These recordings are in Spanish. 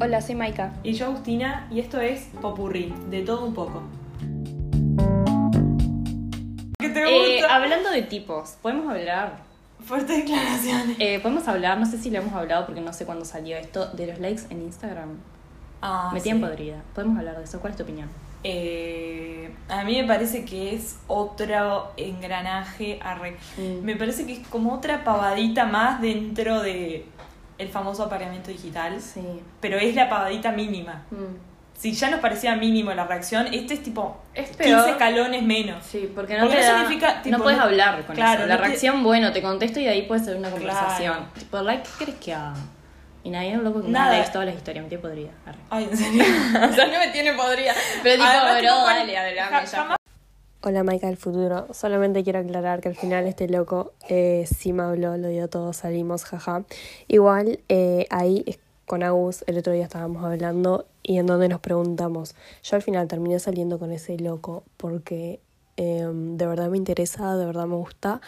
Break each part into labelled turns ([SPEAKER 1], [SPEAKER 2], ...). [SPEAKER 1] Hola, soy Maika.
[SPEAKER 2] Y yo, Agustina, y esto es Popurrí, de todo un poco. ¿Qué te
[SPEAKER 1] Eh,
[SPEAKER 2] gusta?
[SPEAKER 1] hablando de tipos, podemos hablar.
[SPEAKER 2] Fuertes declaraciones.
[SPEAKER 1] Eh, podemos hablar, no sé si lo hemos hablado porque no sé cuándo salió esto, de los likes en Instagram.
[SPEAKER 2] Ah,
[SPEAKER 1] Me
[SPEAKER 2] sí.
[SPEAKER 1] tienen podrida. Podemos hablar de eso. ¿Cuál es tu opinión?
[SPEAKER 2] Eh, a mí me parece que es otro engranaje. arre-
[SPEAKER 1] Mm.
[SPEAKER 2] Me parece que es como otra pavadita más dentro de el famoso apareamiento digital.
[SPEAKER 1] Sí.
[SPEAKER 2] Pero es la pavadita mínima.
[SPEAKER 1] Mm.
[SPEAKER 2] Si ya nos parecía mínimo la reacción, este es tipo
[SPEAKER 1] Es
[SPEAKER 2] 15 escalones menos.
[SPEAKER 1] Sí, porque no
[SPEAKER 2] Porque
[SPEAKER 1] te
[SPEAKER 2] no
[SPEAKER 1] da-
[SPEAKER 2] significa, tipo,
[SPEAKER 1] no puedes
[SPEAKER 2] no-
[SPEAKER 1] hablar con
[SPEAKER 2] claro,
[SPEAKER 1] eso. La
[SPEAKER 2] no te-
[SPEAKER 1] reacción, bueno, te contesto y de ahí puede ser una conversación. Tipo, like, ¿qué crees que haga? Y nadie es loco que
[SPEAKER 2] Nada.
[SPEAKER 1] me lees todas las historias, me tiene podrida. Arre.
[SPEAKER 2] Ay, en serio.
[SPEAKER 1] o sea, no me tiene podrida. Pero tipo,
[SPEAKER 2] Además,
[SPEAKER 1] bro,
[SPEAKER 2] tipo, con-
[SPEAKER 1] dale,
[SPEAKER 2] ja-
[SPEAKER 1] adelante. ya
[SPEAKER 2] jamás-
[SPEAKER 3] Hola Maika del futuro, solamente quiero aclarar que al final este loco eh, sí me habló, lo dio todo, salimos, jaja. Igual eh, ahí es- con Agus el otro día estábamos hablando y en donde nos preguntamos, yo al final terminé saliendo con ese loco porque eh, de verdad me interesa, de verdad me gusta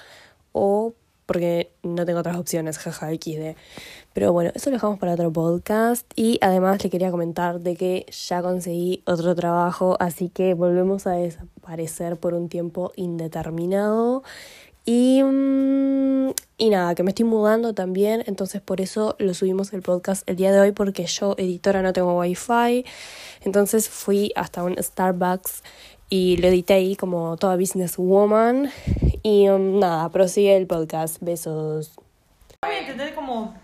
[SPEAKER 3] o porque no tengo otras opciones, jaja, XD. Pero bueno, eso lo dejamos para otro podcast. Y además le quería comentar de que ya conseguí otro trabajo, así que volvemos a desaparecer por un tiempo indeterminado. Y, mm, y nada, que me estoy mudando también, entonces por eso lo subimos el podcast el día de hoy, porque yo, editora, no tengo wifi. Entonces fui hasta un Starbucks y lo edité ahí como toda businesswoman. Y mm, nada, prosigue el podcast. Besos.
[SPEAKER 2] Voy a entender como.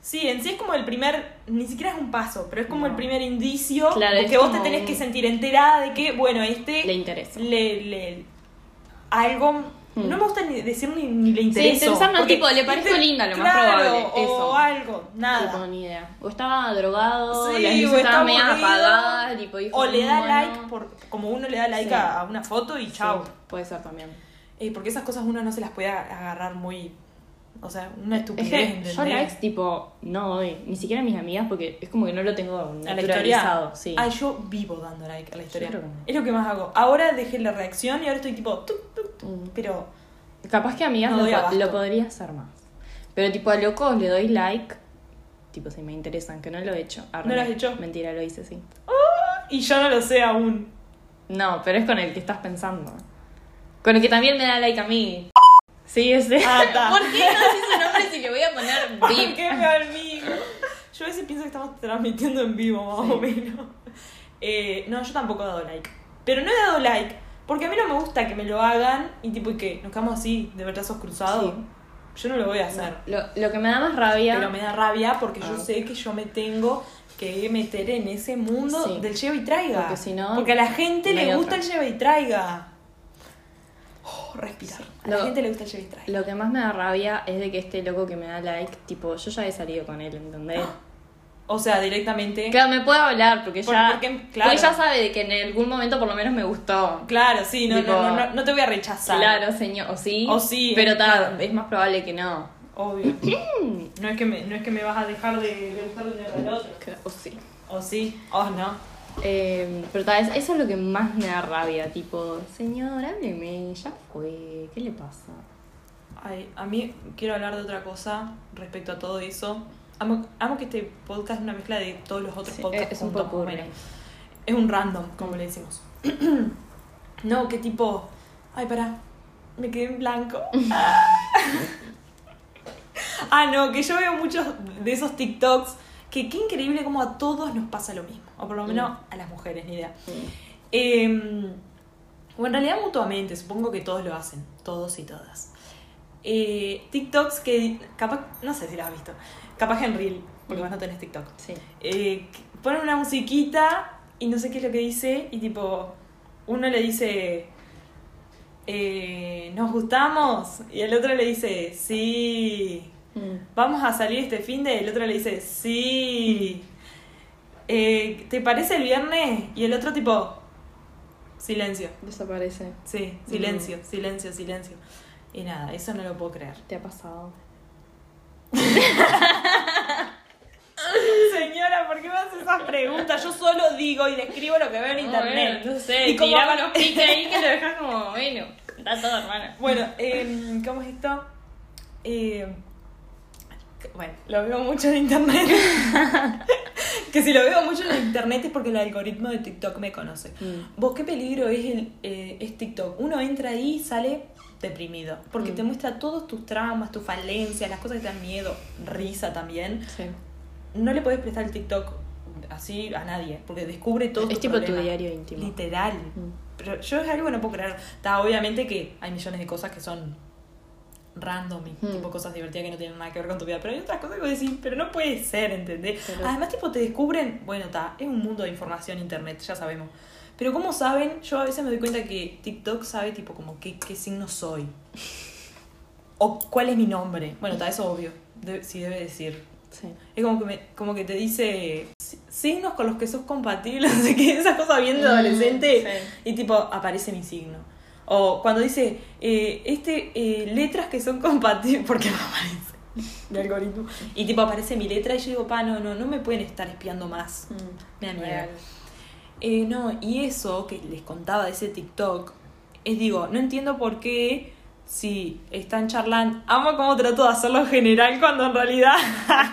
[SPEAKER 2] Sí, en sí es como el primer. Ni siquiera es un paso, pero es como el primer indicio.
[SPEAKER 1] Claro, es
[SPEAKER 2] porque vos te
[SPEAKER 1] como
[SPEAKER 2] tenés
[SPEAKER 1] un-
[SPEAKER 2] que sentir enterada de que, bueno, este.
[SPEAKER 1] Le interesa.
[SPEAKER 2] Le. le- algo.
[SPEAKER 1] Hmm.
[SPEAKER 2] No me gusta ni decir ni, ni le interesa.
[SPEAKER 1] interesar no, tipo, le parezco linda, lo más probable,
[SPEAKER 2] O
[SPEAKER 1] eso.
[SPEAKER 2] algo, nada.
[SPEAKER 1] Tipo, ni idea. O estaba drogado,
[SPEAKER 2] Sí,
[SPEAKER 1] las luces
[SPEAKER 2] o está
[SPEAKER 1] estaban medio
[SPEAKER 2] aburrido,
[SPEAKER 1] apagadas, tipo, dijo,
[SPEAKER 2] o le da
[SPEAKER 1] "Mm,
[SPEAKER 2] like,
[SPEAKER 1] bueno".
[SPEAKER 2] por, como uno le da like
[SPEAKER 1] Sí.
[SPEAKER 2] a, a una foto y chao.
[SPEAKER 1] Sí, puede ser también.
[SPEAKER 2] Eh, porque esas cosas uno no se las puede agarrar muy. O sea, una
[SPEAKER 1] Es
[SPEAKER 2] estupidez.
[SPEAKER 1] que yo
[SPEAKER 2] ¿entendés?
[SPEAKER 1] likes, tipo, no doy. Ni siquiera a mis amigas, porque es como que no lo tengo
[SPEAKER 2] a la historia.
[SPEAKER 1] naturalizado. Sí.
[SPEAKER 2] Ay, yo vivo dando like a la historia.
[SPEAKER 1] creo que no.
[SPEAKER 2] Es lo que más hago. Ahora dejé la reacción y ahora estoy tipo. tuc, tuc, tuc.
[SPEAKER 1] Mm.
[SPEAKER 2] Pero
[SPEAKER 1] Capaz que amigas
[SPEAKER 2] No
[SPEAKER 1] lo,
[SPEAKER 2] doy
[SPEAKER 1] po-
[SPEAKER 2] abasto.
[SPEAKER 1] lo podría hacer más. Pero tipo a locos le doy like. Tipo, si me interesan, que no lo he hecho. Arre,
[SPEAKER 2] ¿No lo has hecho?
[SPEAKER 1] Mentira, lo hice, sí.
[SPEAKER 2] Y yo no lo sé aún.
[SPEAKER 1] No, pero es con el que estás pensando. Con el que también me da like a mí. Sí, ese.
[SPEAKER 2] Ah, está.
[SPEAKER 1] ¿Por qué no sé su nombre si le voy a poner
[SPEAKER 2] ¿Por
[SPEAKER 1] VIP?
[SPEAKER 2] qué me olvido? Yo a veces pienso que estamos transmitiendo en vivo, más o menos. Eh, no, yo tampoco he dado like. Pero no he dado like porque a mí no me gusta que me lo hagan y tipo y que nos quedamos así, de brazos cruzados. Yo no lo voy a hacer.
[SPEAKER 1] Lo, lo que me da más rabia.
[SPEAKER 2] Pero me da rabia porque yo
[SPEAKER 1] Ah.
[SPEAKER 2] sé que yo me tengo que meter en ese mundo
[SPEAKER 1] Sí.
[SPEAKER 2] del lleva y traiga.
[SPEAKER 1] Porque si no,
[SPEAKER 2] Porque a la gente
[SPEAKER 1] no hay
[SPEAKER 2] le gusta
[SPEAKER 1] otra.
[SPEAKER 2] el lleva y traiga. Oh, respirar. A la
[SPEAKER 1] Lo-
[SPEAKER 2] gente le gusta el lleva y traiga.
[SPEAKER 1] Lo que más me da rabia es de que este loco que me da like, tipo, yo ya he salido con él, ¿entendés?
[SPEAKER 2] O sea, directamente.
[SPEAKER 1] Claro, me puede hablar porque
[SPEAKER 2] Ah. Por-
[SPEAKER 1] ya.
[SPEAKER 2] porque, claro.
[SPEAKER 1] porque ya sabe de que en algún momento por lo menos me gustó.
[SPEAKER 2] Claro, sí, no,
[SPEAKER 1] Tipo-
[SPEAKER 2] no, no, no, no te voy a rechazar.
[SPEAKER 1] Claro, señor. O sí.
[SPEAKER 2] O sí,
[SPEAKER 1] Pero
[SPEAKER 2] claro.
[SPEAKER 1] tal, es más probable que no.
[SPEAKER 2] Obvio. no, es que me, no es que me vas a dejar de, de gustar de al otro.
[SPEAKER 1] O sí.
[SPEAKER 2] O sí, o no.
[SPEAKER 1] Eh, pero tal vez eso es lo que más me da rabia. Tipo, señor, hábleme, ya fue. ¿Qué le pasa?
[SPEAKER 2] Ay, a mí quiero hablar de otra cosa respecto a todo eso. Amo, amo que este podcast es una mezcla de todos los otros
[SPEAKER 1] Sí,
[SPEAKER 2] podcasts.
[SPEAKER 1] es un
[SPEAKER 2] juntos,
[SPEAKER 1] poco
[SPEAKER 2] más o menos. Es un random, como le decimos. no, qué tipo. Ay, pará. Me quedé en blanco. ah, no, que yo veo muchos de esos TikToks que qué increíble como a todos nos pasa lo mismo. O por lo menos a las mujeres, ni idea. Eh, o en realidad mutuamente, supongo que todos lo hacen, todos y todas. Eh, TikToks que capaz, no sé si las has visto, capaz que en Reel, porque vos no tenés TikTok.
[SPEAKER 1] Sí.
[SPEAKER 2] Eh, que ponen una musiquita y no sé qué es lo que dice y tipo, uno le dice, eh, ¿nos gustamos? Y el otro le dice, sí.
[SPEAKER 1] Mm,
[SPEAKER 2] ¿Vamos a salir este fin de? El otro le dice, sí. Eh, ¿Te parece el viernes? Y el otro tipo, silencio.
[SPEAKER 1] Desaparece.
[SPEAKER 2] Sí, silencio, silencio, silencio. Y nada, eso no lo puedo creer.
[SPEAKER 1] Te ha pasado.
[SPEAKER 2] Señora, ¿por qué me haces esas preguntas? Yo solo digo y describo lo que veo en internet.
[SPEAKER 1] no sé.
[SPEAKER 2] Y como-
[SPEAKER 1] tiraba los piques ahí que lo dejas como, bueno, está todo hermano.
[SPEAKER 2] Bueno, em, ¿cómo es esto? Eh, bueno, lo veo mucho en internet. que si lo veo mucho en internet es porque el algoritmo de TikTok me conoce.
[SPEAKER 4] Mm,
[SPEAKER 2] Vos, qué peligro es, el, eh, es TikTok. Uno entra ahí y sale deprimido, porque
[SPEAKER 4] Mm.
[SPEAKER 2] te muestra todos tus traumas, tus falencias, las cosas que te dan miedo, risa también.
[SPEAKER 4] Sí.
[SPEAKER 2] No le podés prestar el TikTok así a nadie, porque descubre todo
[SPEAKER 4] Es
[SPEAKER 2] tu
[SPEAKER 4] tipo tu
[SPEAKER 2] problema.
[SPEAKER 4] diario íntimo.
[SPEAKER 2] Literal.
[SPEAKER 4] Mm.
[SPEAKER 2] Pero yo es algo que no puedo creer. Está, obviamente que hay millones de cosas que son random y
[SPEAKER 4] Mm.
[SPEAKER 2] tipo cosas divertidas que no tienen nada que ver con tu vida. Pero hay otras cosas que vos decís, pero no puede ser, ¿entendés?
[SPEAKER 4] Pero-
[SPEAKER 2] Además, tipo, te descubren, bueno, está, es un mundo de información internet, ya sabemos. Pero como saben, yo a veces me doy cuenta que TikTok sabe tipo como qué, qué signo soy. O cuál es mi nombre. Bueno, está, eso obvio. Debe- sí debe decir.
[SPEAKER 4] Sí.
[SPEAKER 2] Es como que, me- como que te dice si- signos con los que sos compatible, no sé qué, esa cosa
[SPEAKER 1] Mm,
[SPEAKER 2] bien de adolescente. Y tipo, aparece mi signo. O cuando dice, eh, este, eh, letras que son compatibles, porque me aparece el algoritmo. Y tipo, aparece mi letra y yo digo, pa, no, no, no me pueden estar espiando más. Mm, Me da miedo.
[SPEAKER 4] Real.
[SPEAKER 2] Eh, no, y eso que les contaba de ese TikTok, es digo, no entiendo por qué si están charlando, amo cómo trato de hacerlo general cuando en realidad...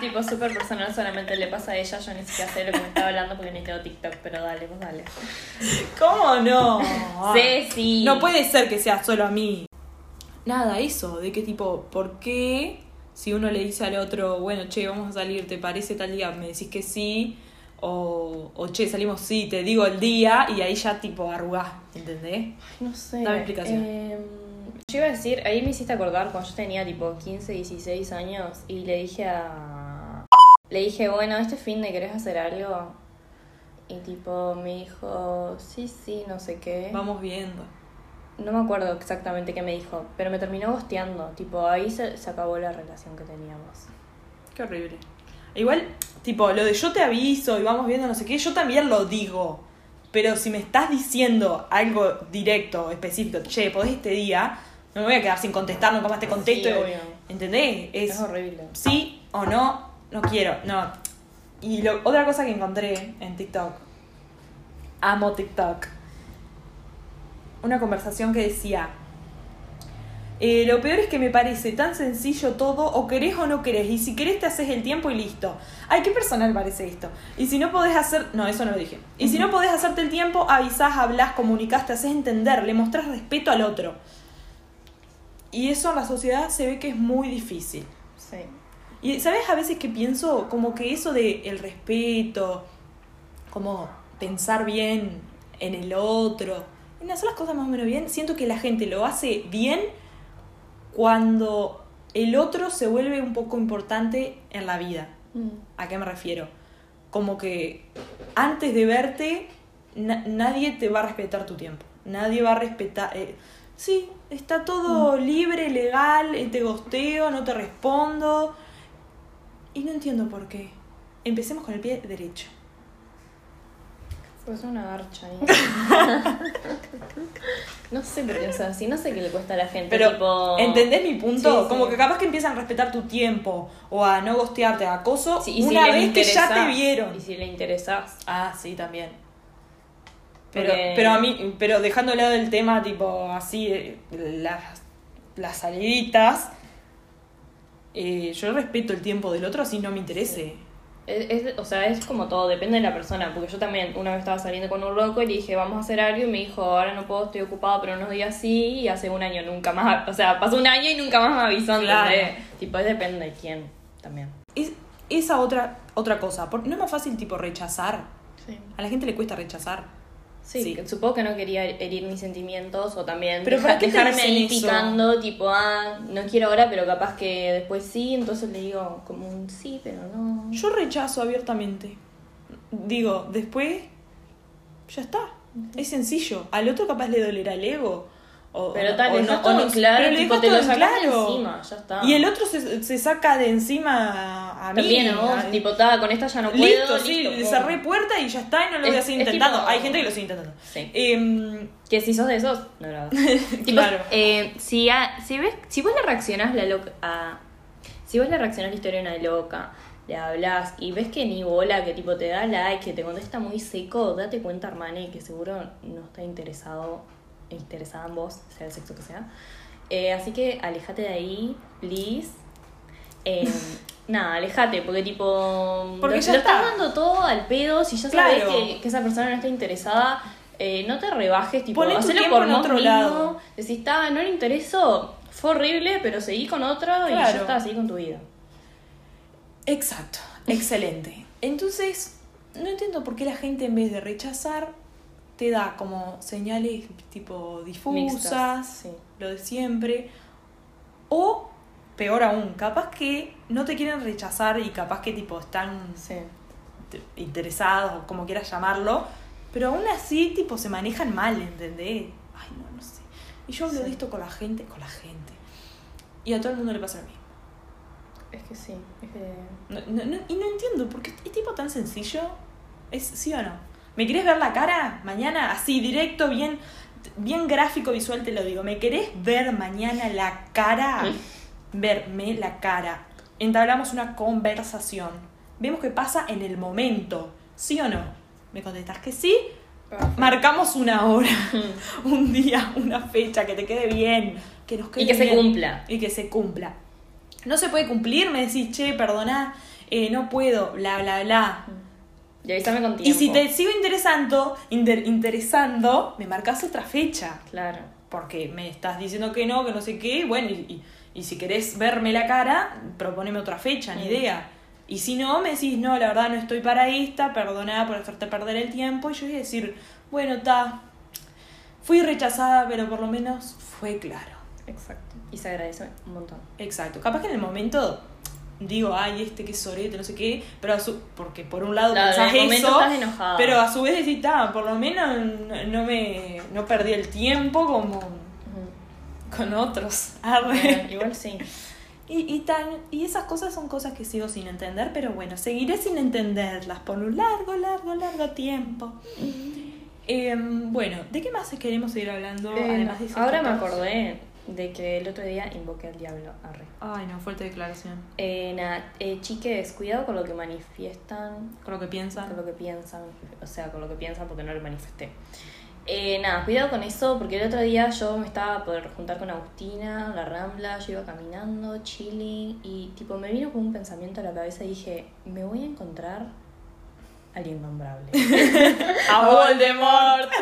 [SPEAKER 1] Es tipo súper personal, solamente le pasa a ella. Yo ni siquiera sé lo que me estaba hablando porque ni tengo TikTok, pero dale, pues dale.
[SPEAKER 2] ¿Cómo no?
[SPEAKER 1] Sí, sí.
[SPEAKER 2] Ah. No puede ser que sea solo a mí. Nada, eso, de qué tipo, ¿por qué si uno le dice al otro, bueno, che, vamos a salir, ¿te parece tal día? Me decís que sí, o, o che, salimos sí, te digo el día, y ahí ya tipo arrugás, ¿entendés?
[SPEAKER 4] No sé.
[SPEAKER 2] Dame explicación.
[SPEAKER 4] Em,
[SPEAKER 1] Yo iba a decir, ahí me hiciste acordar cuando yo tenía tipo 15, 16 años y le dije a. Le dije, bueno, este fin de querés hacer algo. Y tipo, me dijo, sí, sí, no sé qué.
[SPEAKER 2] Vamos viendo.
[SPEAKER 1] No me acuerdo exactamente qué me dijo, pero me terminó gosteando. Tipo, ahí se, se acabó la relación que teníamos.
[SPEAKER 2] Qué horrible. Igual, tipo, lo de yo te aviso y vamos viendo no sé qué, yo también lo digo. Pero si me estás diciendo algo directo, específico, che, podés este día, no me voy a quedar sin contestar, nunca más te contesto.
[SPEAKER 1] Sí, obvio.
[SPEAKER 2] ¿Entendés? Es,
[SPEAKER 1] Es horrible.
[SPEAKER 2] sí o no, no quiero, no. Y lo- otra cosa que encontré en TikTok, amo TikTok, una conversación que decía, eh, lo peor es que me parece tan sencillo todo, o querés o no querés, y si querés te haces el tiempo y listo. Ay, qué personal parece esto. Y si no podés hacer, no, eso no lo dije. Y si no podés hacerte el tiempo, avisás, hablas, comunicás, te haces entender, le mostrás respeto al otro. Y eso en la sociedad se ve que es muy difícil.
[SPEAKER 1] Sí.
[SPEAKER 2] Y sabes a veces que pienso como que eso de el respeto, como pensar bien en el otro, en hacer las cosas más o menos bien, siento que la gente lo hace bien cuando el otro se vuelve un poco importante en la vida. ¿A qué me refiero? Como que antes de verte, na- nadie te va a respetar tu tiempo. Nadie va a respetar. eh, sí, está todo
[SPEAKER 1] Mm.
[SPEAKER 2] libre, legal, eh, te gosteo, no te respondo. Y no entiendo por qué. Empecemos con el pie derecho.
[SPEAKER 1] Pues una garcha. ¿eh? no sé por qué es así, no sé qué le cuesta a la gente.
[SPEAKER 2] Pero,
[SPEAKER 1] Este tipo...
[SPEAKER 2] ¿entendés mi punto?
[SPEAKER 1] Sí,
[SPEAKER 2] Como
[SPEAKER 1] sí.
[SPEAKER 2] que capaz que empiezan a respetar tu tiempo o a no gostearte, a acoso,
[SPEAKER 1] Sí, y si
[SPEAKER 2] una
[SPEAKER 1] le
[SPEAKER 2] vez que ya te
[SPEAKER 1] interesás,
[SPEAKER 2] vieron.
[SPEAKER 1] Y si le interesás.
[SPEAKER 2] Ah, sí, también. Pero,
[SPEAKER 1] Porque-
[SPEAKER 2] pero a mí, pero dejando de lado el tema, tipo, así, eh, las, las saliditas, eh, yo respeto el tiempo del otro así no me interese.
[SPEAKER 1] Es, es- o sea, es como todo, depende de la persona. Porque yo también una vez estaba saliendo con un loco y le dije, vamos a hacer algo. Y me dijo, ahora no puedo, estoy ocupado, pero unos días sí. Y hace un año nunca más. O sea, pasó un año y nunca más me avisó.
[SPEAKER 2] Claro.
[SPEAKER 1] ¿entendés? Tipo, es depende de quién también.
[SPEAKER 2] Es, esa otra, otra cosa, porque no es más fácil, tipo, rechazar. A la gente le cuesta rechazar.
[SPEAKER 1] Sí,
[SPEAKER 2] Sí.
[SPEAKER 1] que supongo que no quería herir mis sentimientos o también
[SPEAKER 2] Pero ¿para qué te
[SPEAKER 1] dejarme
[SPEAKER 2] dicen
[SPEAKER 1] ahí
[SPEAKER 2] eso?
[SPEAKER 1] picando, tipo, ah, no quiero ahora, pero capaz que después sí, entonces le digo como un sí, pero no.
[SPEAKER 2] Yo rechazo abiertamente. Digo, después, ya está. Es sencillo. Al otro capaz le dolerá el ego. O,
[SPEAKER 1] Pero tal,
[SPEAKER 2] o
[SPEAKER 1] es
[SPEAKER 2] no- o
[SPEAKER 1] todo
[SPEAKER 2] no-
[SPEAKER 1] claro,
[SPEAKER 2] pero le
[SPEAKER 1] tipo,
[SPEAKER 2] dejas
[SPEAKER 1] te lo
[SPEAKER 2] todo en
[SPEAKER 1] sacas de
[SPEAKER 2] claro.
[SPEAKER 1] encima, ya está.
[SPEAKER 2] Y el otro se, se saca de encima a mí.
[SPEAKER 1] También a vos,
[SPEAKER 2] a-
[SPEAKER 1] tipo, ta, con esta ya no puedo,
[SPEAKER 2] listo, sí,
[SPEAKER 1] listo,
[SPEAKER 2] cerré
[SPEAKER 1] pum.
[SPEAKER 2] puerta y ya está y no lo voy
[SPEAKER 1] Es-
[SPEAKER 2] a seguir
[SPEAKER 1] es
[SPEAKER 2] intentando.
[SPEAKER 1] tipo-
[SPEAKER 2] Hay gente que lo sigue intentando.
[SPEAKER 1] Sí.
[SPEAKER 2] Em,
[SPEAKER 1] Que si sos de esos, no lo hagas. Tipo,
[SPEAKER 2] Claro.
[SPEAKER 1] eh, si, a- si, ves, si vos le reaccionás la loca, a- si vos le reaccionás la historia a una loca, le hablas y ves que ni bola, que tipo te da like, que te contesta muy seco, date cuenta, hermane, que seguro no está interesado, interesada en vos, sea el sexo que sea. Eh, así que alejate de ahí, please. Eh, Nada, alejate, porque tipo.
[SPEAKER 2] Porque
[SPEAKER 1] lo,
[SPEAKER 2] ya
[SPEAKER 1] lo
[SPEAKER 2] está.
[SPEAKER 1] estás dando todo al pedo. Si ya sabes
[SPEAKER 2] Claro.
[SPEAKER 1] que, que esa persona no está interesada, eh, no te rebajes, tipo,
[SPEAKER 2] Poné tu
[SPEAKER 1] hacelo
[SPEAKER 2] tiempo
[SPEAKER 1] por
[SPEAKER 2] en
[SPEAKER 1] vos
[SPEAKER 2] otro
[SPEAKER 1] mismo.
[SPEAKER 2] lado.
[SPEAKER 1] Decís, "Ta, no le interesó, fue horrible, pero seguí con otro y ya
[SPEAKER 2] Claro.
[SPEAKER 1] está, seguí con tu vida.
[SPEAKER 2] Exacto, excelente. Entonces, no entiendo por qué la gente en vez de rechazar te da como señales tipo difusas,
[SPEAKER 1] Mixtas, sí.
[SPEAKER 2] lo de siempre, o peor aún, capaz que no te quieren rechazar y capaz que tipo están
[SPEAKER 1] Sí.
[SPEAKER 2] te- interesados o como quieras llamarlo, pero aún así tipo se manejan mal, ¿entendés? Ay, no, no sé. Y yo hablo
[SPEAKER 1] Sí.
[SPEAKER 2] de esto con la gente, con la gente. Y a todo el mundo le pasa lo mismo.
[SPEAKER 1] Es que sí, es que.
[SPEAKER 2] No, no, no- y no entiendo, ¿por qué es tipo tan sencillo? ¿Es sí o no? ¿Me querés ver la cara mañana? Así, directo, bien, bien gráfico visual te lo digo. ¿Me querés ver mañana la cara? Verme la cara. Entablamos una conversación. Vemos qué pasa en el momento. ¿Sí o no? ¿Me contestás que sí? Marcamos una hora, un día, una fecha, que te quede bien. Que nos quede
[SPEAKER 1] Y que se
[SPEAKER 2] bien.
[SPEAKER 1] cumpla.
[SPEAKER 2] Y que se cumpla. No se puede cumplir, me decís, che, perdoná, eh, no puedo, bla, bla, bla.
[SPEAKER 1] Y avísame con tiempo.
[SPEAKER 2] Y si te sigo interesando, inter- interesando, me marcas otra fecha.
[SPEAKER 1] Claro.
[SPEAKER 2] Porque me estás diciendo que no, que no sé qué. Bueno, y, y- y si querés verme la cara, proponeme otra fecha, ni
[SPEAKER 1] Mm.
[SPEAKER 2] idea. Y si no, me decís, no, la verdad no estoy para esta, perdoná por hacerte perder el tiempo. Y yo voy a decir, bueno, ta, fui rechazada, pero por lo menos fue claro.
[SPEAKER 1] Exacto. Y se agradece un montón.
[SPEAKER 2] Exacto. Capaz que en el momento digo, ay, este que sorete, no sé qué, pero a su- porque por un lado
[SPEAKER 1] Claro, en
[SPEAKER 2] pensás
[SPEAKER 1] el momento
[SPEAKER 2] eso,
[SPEAKER 1] estás enojada.
[SPEAKER 2] pero a su vez decís, "Ah, por lo menos no, no me no perdí el tiempo como
[SPEAKER 1] Ujú.
[SPEAKER 2] con otros.
[SPEAKER 1] Ah,
[SPEAKER 2] Arre.
[SPEAKER 1] Bueno, igual sí.
[SPEAKER 2] Y, y, tan, y esas cosas son cosas que sigo sin entender, pero bueno, seguiré sin entenderlas por un largo, largo, largo tiempo. Em, bueno, ¿de qué más queremos seguir hablando?
[SPEAKER 1] Eh,
[SPEAKER 2] además de esos
[SPEAKER 1] ahora me
[SPEAKER 2] capítulos?
[SPEAKER 1] acordé de que el otro día invoqué al diablo. Arre.
[SPEAKER 2] Ay, no, fuerte declaración.
[SPEAKER 1] Eh, nada, eh, chiques, cuidado con lo que manifiestan,
[SPEAKER 2] Con lo que piensan.
[SPEAKER 1] con lo que piensan, o sea, con lo que piensan porque no lo manifesté. Eh, nada, cuidado con eso, porque el otro día yo me estaba por juntar con Agustina, en la Rambla, yo iba caminando, chilling, y tipo me vino con un pensamiento a la cabeza y dije, me voy a encontrar al innombrable.
[SPEAKER 2] ¡A Voldemort!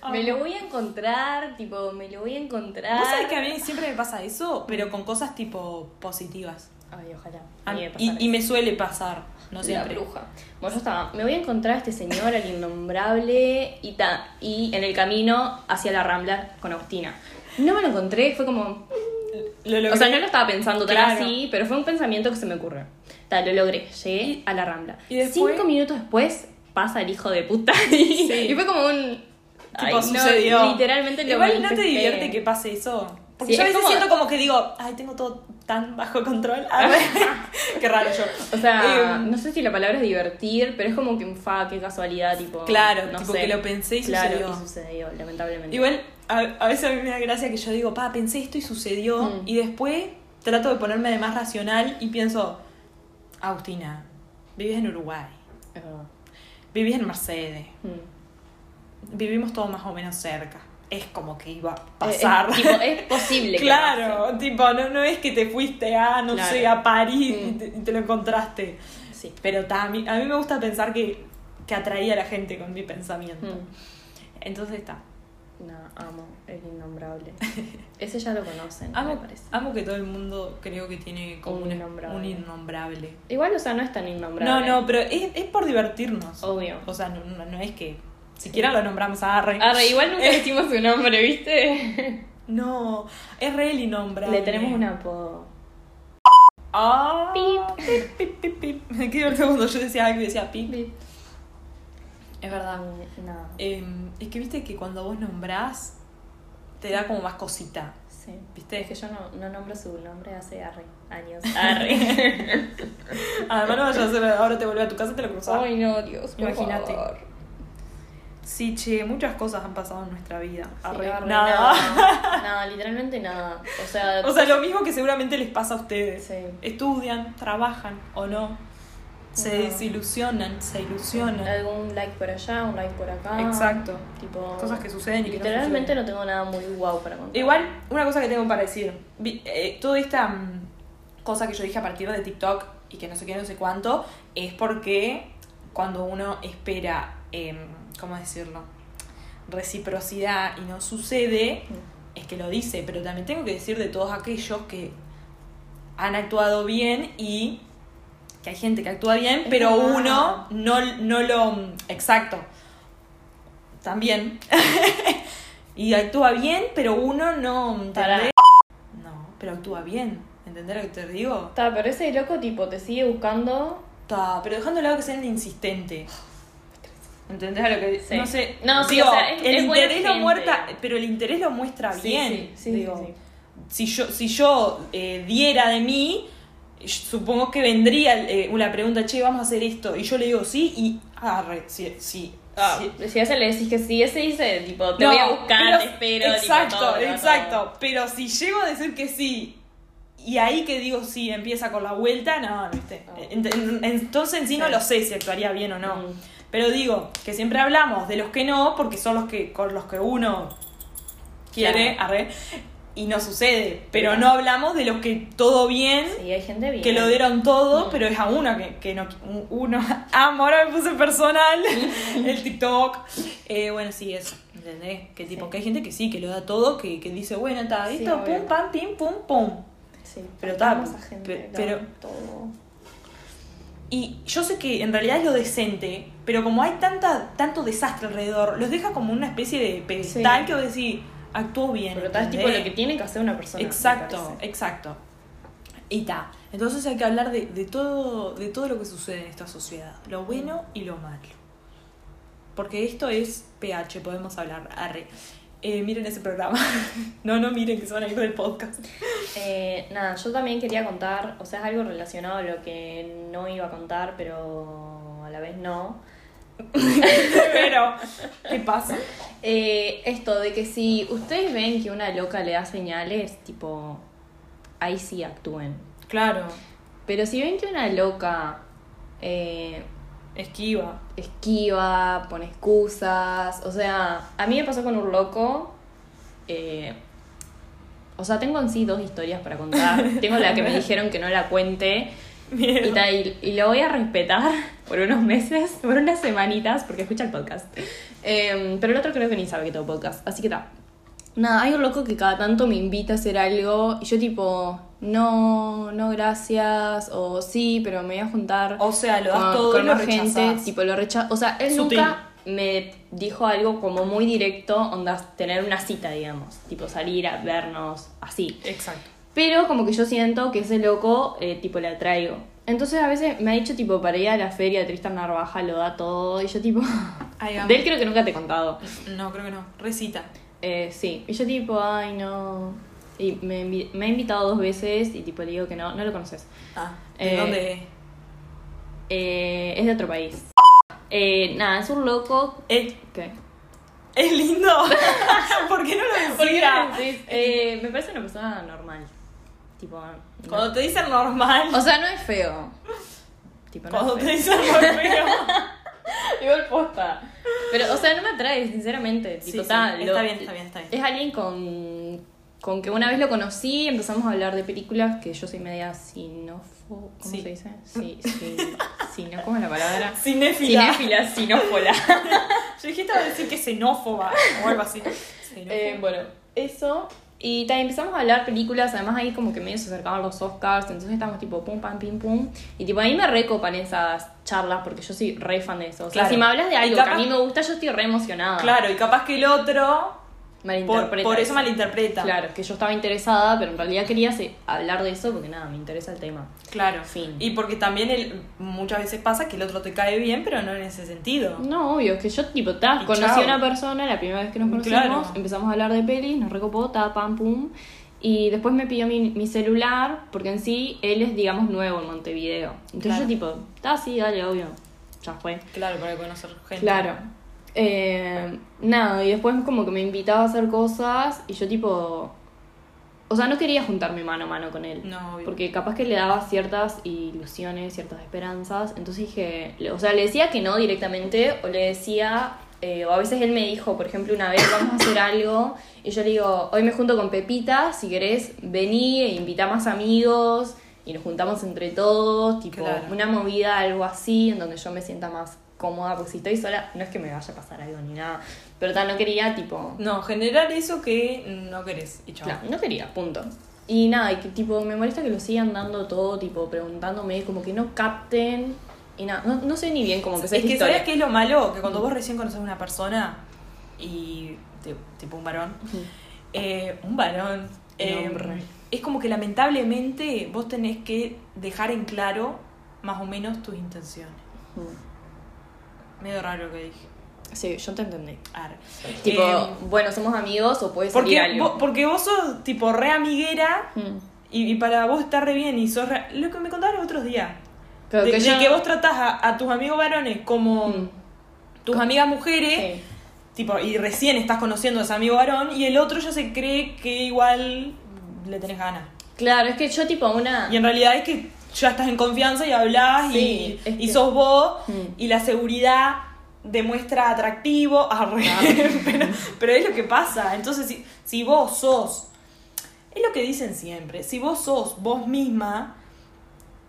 [SPEAKER 1] Ah, me lo voy a encontrar, tipo, me lo voy a encontrar.
[SPEAKER 2] Vos sabés que a mí siempre me pasa eso, pero con cosas tipo positivas.
[SPEAKER 1] Ay, ojalá.
[SPEAKER 2] A
[SPEAKER 1] a mí
[SPEAKER 2] mí-
[SPEAKER 1] me
[SPEAKER 2] y,
[SPEAKER 1] pasara
[SPEAKER 2] y me suele pasar, no siempre.
[SPEAKER 1] La bruja. Bueno, yo estaba, me voy a encontrar a este señor, al innombrable, y, ta, y en el camino hacia la Rambla con Agustina. No me lo encontré, fue como...
[SPEAKER 2] Lo logré.
[SPEAKER 1] O sea, no lo estaba pensando tan
[SPEAKER 2] Claro.
[SPEAKER 1] así, pero fue un pensamiento que se me ocurrió. Ta, lo logré, llegué a la Rambla.
[SPEAKER 2] y después-
[SPEAKER 1] Cinco minutos después pasa el hijo de puta y,
[SPEAKER 2] Sí.
[SPEAKER 1] y fue como un...
[SPEAKER 2] tipo,
[SPEAKER 1] ay, no,
[SPEAKER 2] sucedió.
[SPEAKER 1] literalmente lo
[SPEAKER 2] Igual no te
[SPEAKER 1] manifesté.
[SPEAKER 2] divierte que pase eso. Porque
[SPEAKER 1] Sí,
[SPEAKER 2] yo a
[SPEAKER 1] es
[SPEAKER 2] veces
[SPEAKER 1] como-
[SPEAKER 2] siento como que digo, ay, tengo todo tan bajo control. A ver, Qué raro yo.
[SPEAKER 1] O sea,
[SPEAKER 2] Em,
[SPEAKER 1] no sé si la palabra es divertir, pero es como que un fa, qué casualidad, tipo.
[SPEAKER 2] Claro,
[SPEAKER 1] no
[SPEAKER 2] tipo
[SPEAKER 1] sé.
[SPEAKER 2] que lo pensé y
[SPEAKER 1] claro,
[SPEAKER 2] sucedió.
[SPEAKER 1] y sucedió, lamentablemente.
[SPEAKER 2] Igual, a, a veces a mí me da gracia que yo digo, pa, pensé esto y sucedió,
[SPEAKER 1] Mm.
[SPEAKER 2] y después trato de ponerme de más racional y pienso, Agustina, vives en Uruguay,
[SPEAKER 1] Es verdad.
[SPEAKER 2] vives en Mercedes,
[SPEAKER 1] Mm.
[SPEAKER 2] vivimos todos más o menos cerca. Es como que iba a pasar.
[SPEAKER 1] Eh, Es, tipo, es posible. que
[SPEAKER 2] claro, tipo, no, no es que te fuiste a, no
[SPEAKER 1] Claro.
[SPEAKER 2] sé, a París y,
[SPEAKER 1] Mm.
[SPEAKER 2] te, y te lo encontraste.
[SPEAKER 1] pase. Sí.
[SPEAKER 2] Pero ta, a, mí, a mí me gusta pensar que, que atraía a la gente con mi pensamiento.
[SPEAKER 1] Mm.
[SPEAKER 2] Entonces está.
[SPEAKER 1] No, amo el innombrable. Ese ya lo conocen, me
[SPEAKER 2] Amo,
[SPEAKER 1] parece.
[SPEAKER 2] amo que todo el mundo creo que tiene como
[SPEAKER 1] Un
[SPEAKER 2] un,
[SPEAKER 1] innombrable.
[SPEAKER 2] un innombrable.
[SPEAKER 1] Igual, o sea, no es tan innombrable.
[SPEAKER 2] No, no, pero es, es por divertirnos.
[SPEAKER 1] Obvio.
[SPEAKER 2] O sea, no, no- no es que siquiera lo nombramos a Arre.
[SPEAKER 1] Arre, igual nunca decimos su nombre, ¿viste?
[SPEAKER 2] No, es re el innombrable.
[SPEAKER 1] Le tenemos un apodo.
[SPEAKER 2] Ah.
[SPEAKER 1] Pip.
[SPEAKER 2] Pip, pip, pip. Qué divertido cuando yo decía algo y decía pip. Es verdad.
[SPEAKER 1] Nada.
[SPEAKER 2] Em, es que viste que cuando vos nombrás, te da como más cosita.
[SPEAKER 1] Sí.
[SPEAKER 2] ¿Viste?
[SPEAKER 1] Es que yo no, no nombro su nombre hace arre, años. Arre.
[SPEAKER 2] Además, Ah, no vayas a hacer ahora te volvés a tu casa y te lo cruzás.
[SPEAKER 1] Ay, no, Dios. por
[SPEAKER 2] Imagínate.
[SPEAKER 1] favor.
[SPEAKER 2] Sí, che, muchas cosas han pasado en nuestra vida. Arre,
[SPEAKER 1] Sí, arre,
[SPEAKER 2] nada.
[SPEAKER 1] Nada, Nada, literalmente nada. O sea,
[SPEAKER 2] O sea, lo mismo que seguramente les pasa a ustedes.
[SPEAKER 1] sí.
[SPEAKER 2] Estudian, trabajan o no. Se
[SPEAKER 1] No.
[SPEAKER 2] desilusionan, se ilusionan.
[SPEAKER 1] algún like por allá, un like por
[SPEAKER 2] Ah.
[SPEAKER 1] acá.
[SPEAKER 2] Exacto.
[SPEAKER 1] Tipo,
[SPEAKER 2] Cosas que suceden y que no
[SPEAKER 1] literalmente no,
[SPEAKER 2] suceden.
[SPEAKER 1] tengo nada muy guau para contar.
[SPEAKER 2] Igual, una cosa que tengo para decir. Vi- eh, toda esta mm, cosa que yo dije a partir de TikTok y que no sé qué, no sé cuánto, es porque cuando uno espera, em, ¿cómo decirlo? Reciprocidad y no sucede, es que lo dice, pero también tengo que decir de todos aquellos que han actuado bien y que hay gente que actúa bien, pero
[SPEAKER 4] verdad.
[SPEAKER 2] uno no, no lo... mm, Exacto. También. y actúa bien, pero uno no... ¿entendés?
[SPEAKER 1] Pará.
[SPEAKER 2] No, pero actúa bien. ¿Entendés lo que te digo?
[SPEAKER 1] Ta, pero ese loco tipo te sigue buscando.
[SPEAKER 2] Ta, pero dejando de lado que sea el insistente. ¿Entendés a lo que
[SPEAKER 1] Sí.
[SPEAKER 2] No sé.
[SPEAKER 1] No, sí,
[SPEAKER 2] digo,
[SPEAKER 1] o sea, es-
[SPEAKER 2] el
[SPEAKER 1] es buena
[SPEAKER 2] interés lo
[SPEAKER 1] gente.
[SPEAKER 2] muerta, pero el interés lo muestra
[SPEAKER 1] Sí,
[SPEAKER 2] bien.
[SPEAKER 1] sí, sí,
[SPEAKER 2] digo.
[SPEAKER 1] sí, sí.
[SPEAKER 2] Si yo, si yo eh, diera de mí, yo supongo que vendría eh, una pregunta, che, vamos a hacer esto. Y yo le digo sí y. Arre, sí, sí. ah.
[SPEAKER 1] Si, si a ese le decís que sí, ese dice, tipo, te
[SPEAKER 2] No,
[SPEAKER 1] voy a buscar,
[SPEAKER 2] pero-
[SPEAKER 1] te espero. tipo,
[SPEAKER 2] Exacto,
[SPEAKER 1] todo, todo.
[SPEAKER 2] exacto. Pero si llego a decir que sí, y ahí que digo sí, empieza con la vuelta, no, viste.
[SPEAKER 1] No.
[SPEAKER 2] Ent- en- Entonces en sí, no
[SPEAKER 1] Ah. Sí.
[SPEAKER 2] lo sé si actuaría bien o no.
[SPEAKER 1] Mm.
[SPEAKER 2] Pero digo, que siempre hablamos de los que no, porque son los que con los que uno quiere, arre, y no sucede. Pero no hablamos de los que todo bien,
[SPEAKER 1] Sí, hay gente bien.
[SPEAKER 2] que lo dieron todo,
[SPEAKER 1] Mm.
[SPEAKER 2] pero es a uno que, que no. un- Uno. Amo, ahora me puse personal. el TikTok. Eh, bueno, sí, eso. ¿Entendés? Que tipo, que hay gente que sí, que lo da todo, que, que dice, bueno, está
[SPEAKER 1] Sí,
[SPEAKER 2] listo,
[SPEAKER 1] obvio.
[SPEAKER 2] pum, pam, pim, pum, pum.
[SPEAKER 1] Sí,
[SPEAKER 2] Pero
[SPEAKER 1] falta
[SPEAKER 2] ta,
[SPEAKER 1] más gente,
[SPEAKER 2] pe-
[SPEAKER 1] da
[SPEAKER 2] pero-
[SPEAKER 1] todo.
[SPEAKER 2] Y yo sé que en realidad es lo decente, pero como hay tanta, tanto desastre alrededor, los deja como una especie de pedestal
[SPEAKER 1] Sí.
[SPEAKER 2] que vos decís, actuó bien.
[SPEAKER 1] Pero ta, es tipo
[SPEAKER 2] ¿entendés?
[SPEAKER 1] lo que tiene que hacer una persona. me
[SPEAKER 2] Exacto,
[SPEAKER 1] parece.
[SPEAKER 2] exacto. Y ta. Entonces hay que hablar de, de todo, de todo lo que sucede en esta sociedad, lo bueno y lo malo. Porque esto es PH, podemos hablar. Arre. Eh, miren ese programa. no, no miren que se van a ir del podcast.
[SPEAKER 1] Eh, nada, yo también quería contar, o sea, es algo relacionado a lo que no iba a contar, pero a la vez no.
[SPEAKER 2] Pero, ¿qué pasa?
[SPEAKER 1] Eh, esto de que si ustedes ven que una loca le da señales, tipo, ahí sí actúen.
[SPEAKER 2] Claro,
[SPEAKER 1] Pero si ven que una loca eh,
[SPEAKER 2] esquiva.
[SPEAKER 1] esquiva, pone excusas, o sea, a mí me pasó con un loco, eh, o sea, tengo en sí dos historias para contar. Tengo la que me dijeron que no la cuente y,
[SPEAKER 2] Miedo.
[SPEAKER 1] ta, y- y lo voy a respetar por unos meses, por unas semanitas, porque escucha el podcast. Em, pero el otro creo que ni sabe que tengo podcast, así que está. Nada, hay un loco que cada tanto me invita a hacer algo y yo tipo, no, no gracias, o sí, pero me voy a juntar
[SPEAKER 2] O sea, lo das todo y lo
[SPEAKER 1] más
[SPEAKER 2] rechazás.
[SPEAKER 1] tipo lo rechaza. O sea, él
[SPEAKER 2] Sutil.
[SPEAKER 1] nunca me dijo algo como muy directo, onda tener una cita, digamos, tipo salir a vernos, así.
[SPEAKER 2] Exacto.
[SPEAKER 1] Pero como que yo siento que ese loco, eh, tipo, le atraigo. Entonces a veces me ha dicho, tipo, para ir a la feria, Tristan Narvaja lo da todo, y yo tipo...
[SPEAKER 2] Ay, amo.
[SPEAKER 1] De él creo que nunca te he contado.
[SPEAKER 2] No, creo que no. Recita.
[SPEAKER 1] Eh, sí, y yo tipo, ay, no... Y me, invi- me ha invitado dos veces y tipo le digo que no, no lo conoces.
[SPEAKER 2] Ah, ¿de
[SPEAKER 1] Eh,
[SPEAKER 2] dónde?
[SPEAKER 1] Eh, es de otro país. Eh, nada, es un loco
[SPEAKER 2] Eh,
[SPEAKER 1] ¿Qué?
[SPEAKER 2] es lindo. ¿Por qué no lo decía?
[SPEAKER 1] Eh, me parece una persona normal. Tipo. no-
[SPEAKER 2] Cuando te dicen normal.
[SPEAKER 1] O sea, no es feo. Tipo, no
[SPEAKER 2] Cuando
[SPEAKER 1] es
[SPEAKER 2] te
[SPEAKER 1] feo.
[SPEAKER 2] dicen por feo.
[SPEAKER 1] Igual posta. Pero, o sea, no me atrae, sinceramente. Tipo,
[SPEAKER 2] Sí, sí,
[SPEAKER 1] ta,
[SPEAKER 2] está
[SPEAKER 1] lo-
[SPEAKER 2] bien, está bien, está bien.
[SPEAKER 1] Es alguien con. Con que una vez lo conocí, empezamos a hablar de películas que yo soy media sinófo. ¿Cómo
[SPEAKER 2] Sí.
[SPEAKER 1] se dice? Sí, sí. sino, ¿Cómo es la palabra?
[SPEAKER 2] Cinéfila.
[SPEAKER 1] Cinéfila, sinófola.
[SPEAKER 2] Yo dije, estaba a decir que es xenófoba o algo así. Xenófoba.
[SPEAKER 1] Eh, bueno, eso. Y también empezamos a hablar películas, además ahí como que medio se acercaban los Oscars, entonces estábamos tipo pum, pam, pim, pum. Y tipo, a mí me recopan esas charlas porque yo soy re fan de eso. O sea,
[SPEAKER 2] Claro.
[SPEAKER 1] si me hablas de
[SPEAKER 2] Y
[SPEAKER 1] algo
[SPEAKER 2] capaz-
[SPEAKER 1] que a mí me gusta, yo estoy re emocionada.
[SPEAKER 2] Claro, y capaz que el otro por,
[SPEAKER 1] Malinterpreta
[SPEAKER 2] por eso malinterpreta.
[SPEAKER 1] Claro, que yo estaba interesada, pero en realidad quería se- hablar de eso porque nada, me interesa el tema.
[SPEAKER 2] Claro.
[SPEAKER 1] Fin.
[SPEAKER 2] Y porque también el- muchas veces pasa que el otro te cae bien, pero no en ese sentido.
[SPEAKER 1] No, obvio, es que yo tipo, ta,
[SPEAKER 2] Y
[SPEAKER 1] conocí
[SPEAKER 2] chao.
[SPEAKER 1] a una persona la primera vez que nos conocimos,
[SPEAKER 2] Claro.
[SPEAKER 1] empezamos a hablar de pelis, nos recopó, ta, pam, pum. Y después me pidió mi, mi celular, porque en sí él es, digamos, nuevo en Montevideo. Entonces
[SPEAKER 2] Claro.
[SPEAKER 1] yo tipo, ta, sí, dale, obvio, ya fue.
[SPEAKER 2] Claro, para conocer gente.
[SPEAKER 1] Claro. Eh, nada, y después como que me invitaba a hacer cosas y yo tipo... O sea, no quería juntarme mano a mano con él.
[SPEAKER 2] No, obvio.
[SPEAKER 1] Porque capaz que le daba ciertas ilusiones, ciertas esperanzas. Entonces dije, le- o sea, le decía que no directamente o le decía, eh, o a veces él me dijo, por ejemplo, una vez vamos a hacer algo y yo le digo, hoy me junto con Pepita, si querés, vení e invita más amigos. y nos juntamos entre todos, tipo
[SPEAKER 2] Claro.
[SPEAKER 1] una movida, algo así, en donde yo me sienta más cómoda, porque si estoy sola, no es que me vaya a pasar algo ni nada, pero tal, no quería, tipo,
[SPEAKER 2] No, generar eso que no querés. Y chao.
[SPEAKER 1] no, no quería, punto. Y nada, y que tipo, me molesta que lo sigan dando todo, tipo, preguntándome, como que no capten, y nada, no, no sé ni bien cómo
[SPEAKER 2] Es
[SPEAKER 1] empezó
[SPEAKER 2] que
[SPEAKER 1] esta
[SPEAKER 2] sabes
[SPEAKER 1] historia. Mm.
[SPEAKER 2] qué es lo malo, que cuando vos recién conoces a una persona y te- tipo un varón, eh, un varón, eh,
[SPEAKER 1] hombre.
[SPEAKER 2] es como que lamentablemente vos tenés que dejar en claro más o menos tus intenciones.
[SPEAKER 1] Mm,
[SPEAKER 2] Medio raro lo que dije.
[SPEAKER 1] Sí, yo te entendí.
[SPEAKER 2] Ar.
[SPEAKER 1] Tipo,
[SPEAKER 2] Eh,
[SPEAKER 1] bueno, somos amigos o puede salir
[SPEAKER 2] porque,
[SPEAKER 1] algo.
[SPEAKER 2] vos, porque vos sos tipo re amiguera
[SPEAKER 1] Mm.
[SPEAKER 2] y, y para vos está re bien y sos re- Lo que me contaron los otros días.
[SPEAKER 1] Pero
[SPEAKER 2] de,
[SPEAKER 1] que
[SPEAKER 2] de
[SPEAKER 1] yo-
[SPEAKER 2] que vos tratás a, a tus amigos varones como
[SPEAKER 1] Mm.
[SPEAKER 2] tus amigas mujeres.
[SPEAKER 1] Sí.
[SPEAKER 2] Tipo, y recién estás conociendo a ese amigo varón y el otro ya se cree que igual le tenés ganas.
[SPEAKER 1] Claro, es que yo tipo una...
[SPEAKER 2] Y en realidad es que ya estás en confianza y hablas
[SPEAKER 1] Sí,
[SPEAKER 2] y,
[SPEAKER 1] es
[SPEAKER 2] y
[SPEAKER 1] que-
[SPEAKER 2] sos vos
[SPEAKER 1] Mm.
[SPEAKER 2] y la seguridad demuestra atractivo. Arre. pero, pero es lo que pasa. Entonces, si, si vos sos, es lo que dicen siempre, si vos sos vos misma,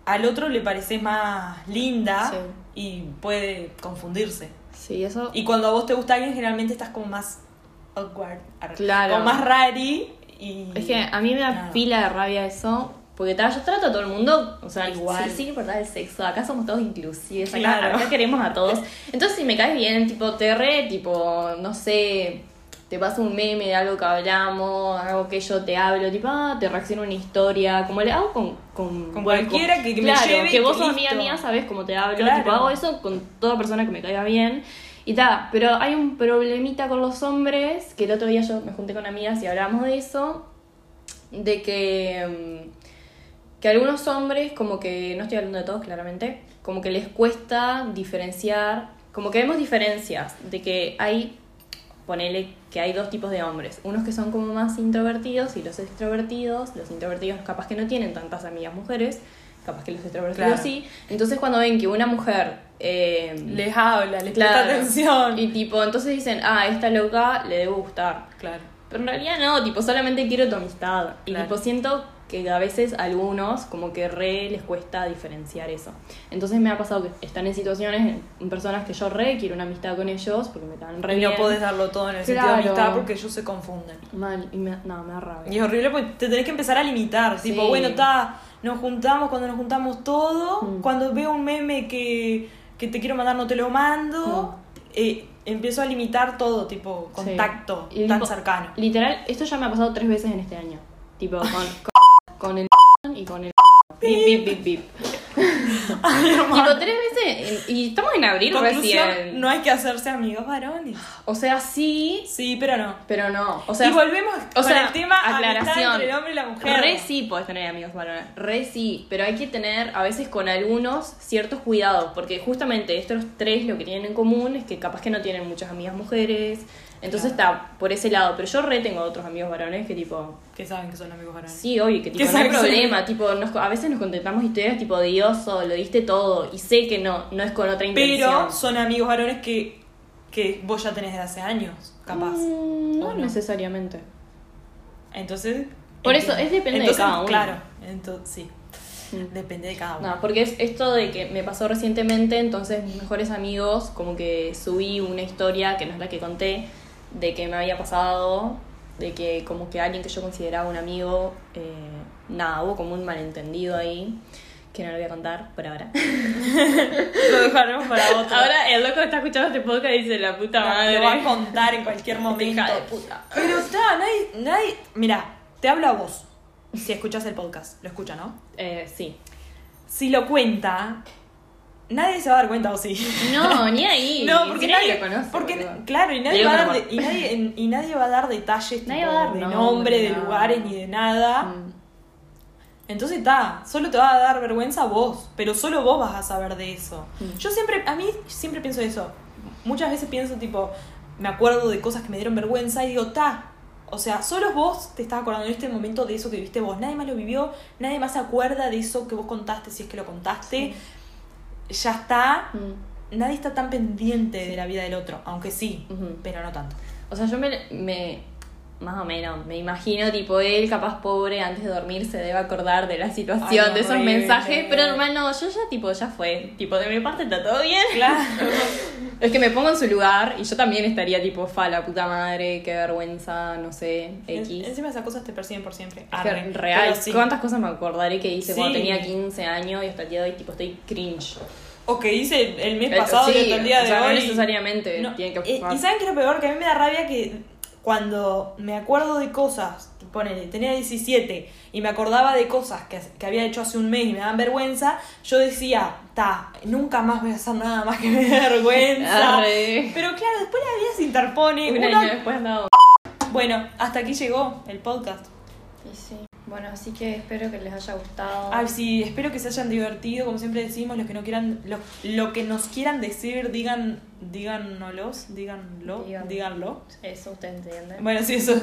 [SPEAKER 2] al otro le pareces más linda
[SPEAKER 1] Sí.
[SPEAKER 2] y puede confundirse.
[SPEAKER 1] Sí, eso...
[SPEAKER 2] Y cuando a vos te gusta alguien, generalmente estás como más awkward. ar-
[SPEAKER 1] Claro.
[SPEAKER 2] Como más rari. Y...
[SPEAKER 1] Es que ah, a mí me da
[SPEAKER 2] Nada.
[SPEAKER 1] pila de rabia eso. Porque tal, yo trato a todo el mundo, o sea,
[SPEAKER 2] Igual.
[SPEAKER 1] igual. Sí, sí, verdad, el sexo. Acá somos todos inclusives, acá,
[SPEAKER 2] Claro.
[SPEAKER 1] acá queremos a todos. Entonces, si me caes bien, tipo, te re, tipo, no sé, te paso un meme de algo que hablamos, algo que yo te hablo, tipo, ah, te reacciono una historia, como le hago con. Con,
[SPEAKER 2] Con cualquiera que- que me
[SPEAKER 1] Claro,
[SPEAKER 2] lleve y
[SPEAKER 1] que vos sos
[SPEAKER 2] listo.
[SPEAKER 1] amiga mía, sabes cómo te hablo,
[SPEAKER 2] Claro.
[SPEAKER 1] tipo, hago eso con toda persona que me caiga bien. Y ta, pero hay un problemita con los hombres, que el otro día yo me junté con amigas y hablamos de eso, de que, mm, que algunos hombres, como que, no estoy hablando de todos claramente, como que les cuesta diferenciar, como que vemos diferencias, de que hay, ponele que hay dos tipos de hombres, unos que son como más introvertidos y los extrovertidos, los introvertidos capaz que no tienen tantas amigas mujeres, capaz que los extrovertidos
[SPEAKER 2] Claro.
[SPEAKER 1] sí, entonces cuando ven que una mujer... eh,
[SPEAKER 2] Les habla, les
[SPEAKER 1] Claro.
[SPEAKER 2] presta atención.
[SPEAKER 1] y tipo, entonces dicen, ah, esta loca le debe gustar.
[SPEAKER 2] Claro.
[SPEAKER 1] Pero en realidad no, tipo, solamente quiero tu amistad. Y
[SPEAKER 2] Claro.
[SPEAKER 1] tipo, siento que a veces a algunos como que re les cuesta diferenciar eso. Entonces me ha pasado que están en situaciones, en personas que yo re quiero una amistad con ellos porque me dan re
[SPEAKER 2] Y no
[SPEAKER 1] bien.
[SPEAKER 2] podés darlo todo en el sentido de
[SPEAKER 1] Claro.
[SPEAKER 2] amistad porque ellos se confunden.
[SPEAKER 1] Mal, y me, no, me da rabia.
[SPEAKER 2] Y es horrible porque te tenés que empezar a limitar.
[SPEAKER 1] Sí.
[SPEAKER 2] Tipo, bueno, está, nos juntamos cuando nos juntamos todo.
[SPEAKER 1] Mm.
[SPEAKER 2] Cuando veo un meme que, que te quiero mandar, no te lo
[SPEAKER 1] Mm.
[SPEAKER 2] mando. eh, empiezo a limitar todo, tipo,
[SPEAKER 1] Sí.
[SPEAKER 2] contacto
[SPEAKER 1] Y,
[SPEAKER 2] tan
[SPEAKER 1] tipo,
[SPEAKER 2] cercano.
[SPEAKER 1] Literal, esto ya me ha pasado tres veces en este año. Tipo, con, con, con el y con el... Bip, bip, bip, bip. tipo, tres veces en- y estamos en abril
[SPEAKER 2] Conclusión,
[SPEAKER 1] recién.
[SPEAKER 2] no hay que hacerse amigos varones.
[SPEAKER 1] O sea, sí,
[SPEAKER 2] Sí, pero no.
[SPEAKER 1] pero no. O sea,
[SPEAKER 2] y volvemos
[SPEAKER 1] o
[SPEAKER 2] con
[SPEAKER 1] sea,
[SPEAKER 2] el tema aclaración.
[SPEAKER 1] aclaración.
[SPEAKER 2] entre el hombre y la mujer.
[SPEAKER 1] Re sí podés tener amigos varones, re sí, pero hay que tener a veces con algunos ciertos cuidados, porque justamente estos tres lo que tienen en común es que capaz que no tienen muchas amigas mujeres, entonces está por ese lado, pero yo re tengo otros amigos varones que tipo,
[SPEAKER 2] Que saben que son amigos varones.
[SPEAKER 1] sí, obvio, que tipo,
[SPEAKER 2] Que
[SPEAKER 1] no hay
[SPEAKER 2] saben-
[SPEAKER 1] problema, tipo, nos- a veces nos contentamos historias tipo de oso, lo diste todo, y sé que no, no es con otra intención.
[SPEAKER 2] Pero son amigos varones que, que vos ya tenés desde hace años, capaz.
[SPEAKER 1] Mm,
[SPEAKER 2] ¿O
[SPEAKER 1] no
[SPEAKER 2] no?
[SPEAKER 1] necesariamente.
[SPEAKER 2] Entonces.
[SPEAKER 1] Por
[SPEAKER 2] entiendo.
[SPEAKER 1] eso, es depende de
[SPEAKER 2] Entonces,
[SPEAKER 1] cada uno.
[SPEAKER 2] Claro, entonces sí.
[SPEAKER 1] Mm.
[SPEAKER 2] Depende de cada uno.
[SPEAKER 1] No, porque es esto de que me pasó recientemente, entonces mis mejores amigos, como que subí una historia, que no es la que conté, de que me había pasado, de que como que alguien que yo consideraba un amigo, eh, nada, hubo como un malentendido ahí, que no lo voy a contar por ahora.
[SPEAKER 2] Lo dejaremos para otro.
[SPEAKER 1] Ahora el loco está escuchando este podcast y dice, la puta madre.
[SPEAKER 2] Lo va a contar en cualquier momento.
[SPEAKER 1] Este Hija de puta.
[SPEAKER 2] Pero está, nadie, nadie. Mira, te hablo a vos. Si escuchas el podcast, lo escucha, ¿no?
[SPEAKER 1] Eh, sí.
[SPEAKER 2] Si lo cuenta, nadie se va a dar cuenta, o sí.
[SPEAKER 1] No, ni ahí.
[SPEAKER 2] No, porque
[SPEAKER 1] Ni
[SPEAKER 2] nadie,
[SPEAKER 1] lo conoce.
[SPEAKER 2] porque-
[SPEAKER 1] boludo.
[SPEAKER 2] claro, y nadie,
[SPEAKER 1] Digo
[SPEAKER 2] va a
[SPEAKER 1] que
[SPEAKER 2] dar
[SPEAKER 1] no
[SPEAKER 2] de- y, nadie, en- y nadie va a dar detalles
[SPEAKER 1] Nadie
[SPEAKER 2] tipo,
[SPEAKER 1] va a dar
[SPEAKER 2] de
[SPEAKER 1] nombre,
[SPEAKER 2] nombre, de
[SPEAKER 1] nada.
[SPEAKER 2] lugares, ni de nada.
[SPEAKER 1] Mm.
[SPEAKER 2] Entonces está, solo te va a dar vergüenza a vos, pero solo vos vas a saber de eso.
[SPEAKER 1] Mm.
[SPEAKER 2] Yo siempre, a mí siempre pienso eso. Muchas veces pienso tipo, me acuerdo de cosas que me dieron vergüenza y digo, ta. O sea, solo vos te estás acordando en este momento de eso que viviste vos. Nadie más lo vivió, nadie más se acuerda de eso que vos contaste, si es que lo contaste. Ya está,
[SPEAKER 1] Mm.
[SPEAKER 2] nadie está tan pendiente de la vida del otro, aunque sí,
[SPEAKER 1] Ujú.
[SPEAKER 2] pero no tanto.
[SPEAKER 1] O sea, yo me, me Más o menos, me imagino, tipo, él capaz pobre antes de dormir se debe acordar de la situación,
[SPEAKER 2] Ay,
[SPEAKER 1] de esos
[SPEAKER 2] horrible.
[SPEAKER 1] mensajes, pero hermano, yo ya, tipo, ya fue, tipo, de mi parte está todo bien.
[SPEAKER 2] Claro.
[SPEAKER 1] Es que me pongo en su lugar y yo también estaría, tipo, fa, la puta madre, qué vergüenza, no sé, X.
[SPEAKER 2] En- Encima esas cosas te persiguen por siempre.
[SPEAKER 1] Es que
[SPEAKER 2] Arre.
[SPEAKER 1] real,
[SPEAKER 2] Pero sí.
[SPEAKER 1] ¿cuántas cosas me acordaré que hice cuando
[SPEAKER 2] Sí.
[SPEAKER 1] tenía 15 años y hasta el día de hoy, tipo, estoy cringe?
[SPEAKER 2] O que hice el- el mes
[SPEAKER 1] Pero
[SPEAKER 2] pasado
[SPEAKER 1] Eh, sí,
[SPEAKER 2] y hasta el día
[SPEAKER 1] o
[SPEAKER 2] de
[SPEAKER 1] sea,
[SPEAKER 2] hoy.
[SPEAKER 1] No necesariamente
[SPEAKER 2] No,
[SPEAKER 1] tiene que
[SPEAKER 2] eh, y saben que lo peor que a mí me da rabia que cuando me acuerdo de cosas, ponele, tenía 17 y me acordaba de cosas que, que había hecho hace un mes y me daban vergüenza, yo decía, ta, nunca más voy a hacer nada más que me dé vergüenza.
[SPEAKER 1] Arre.
[SPEAKER 2] Pero claro, después la vida se interpone.
[SPEAKER 1] Un
[SPEAKER 2] uno-
[SPEAKER 1] año después no.
[SPEAKER 2] Bueno, hasta aquí llegó el podcast.
[SPEAKER 5] Bueno, así que espero que les haya gustado.
[SPEAKER 2] Ay, sí, espero que se hayan divertido, como siempre decimos, los que no quieran, los, lo que nos quieran decir, digan, díganos, díganlo,
[SPEAKER 5] Digan-
[SPEAKER 2] díganlo.
[SPEAKER 5] Eso ustedes entienden.
[SPEAKER 2] Bueno, sí, eso.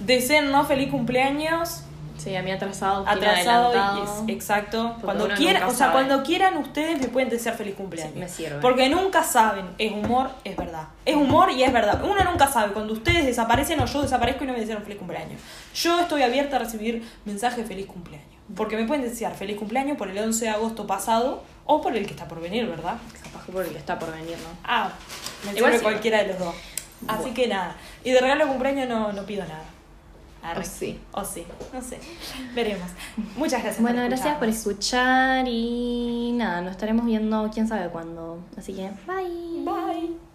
[SPEAKER 2] Deseen, ¿no? Feliz cumpleaños.
[SPEAKER 1] Sí, a mí atrasado, Agustín
[SPEAKER 2] Atrasado.
[SPEAKER 1] adelantado.
[SPEAKER 2] y- es- exacto. cuando
[SPEAKER 1] uno
[SPEAKER 2] quieran,
[SPEAKER 1] nunca
[SPEAKER 2] o sea,
[SPEAKER 1] sabe.
[SPEAKER 2] cuando quieran ustedes me pueden desear feliz cumpleaños.
[SPEAKER 1] Sí, me sirve.
[SPEAKER 2] Porque nunca saben. Es humor, es verdad. Es humor y es verdad. Uno nunca sabe. Cuando ustedes desaparecen o yo desaparezco y no me desearon feliz cumpleaños. Yo estoy abierta a recibir mensajes de feliz cumpleaños. Porque me pueden desear feliz cumpleaños por el 11 de agosto pasado o por el que está por venir, ¿verdad?
[SPEAKER 1] Capaz que porque está por venir, ¿no?
[SPEAKER 2] Ah, me
[SPEAKER 1] Igual
[SPEAKER 2] sirve
[SPEAKER 1] sí.
[SPEAKER 2] cualquiera de los dos. Así que nada. Y de regalo de cumpleaños no, no pido nada.
[SPEAKER 1] Ah,
[SPEAKER 2] Arre.
[SPEAKER 1] O sí.
[SPEAKER 2] O sí. No sé. Veremos. Muchas gracias.
[SPEAKER 1] Bueno, gracias por escuchar
[SPEAKER 2] escucharnos.
[SPEAKER 1] y nada, nos estaremos viendo quién sabe cuándo. Así que, bye.
[SPEAKER 2] Bye.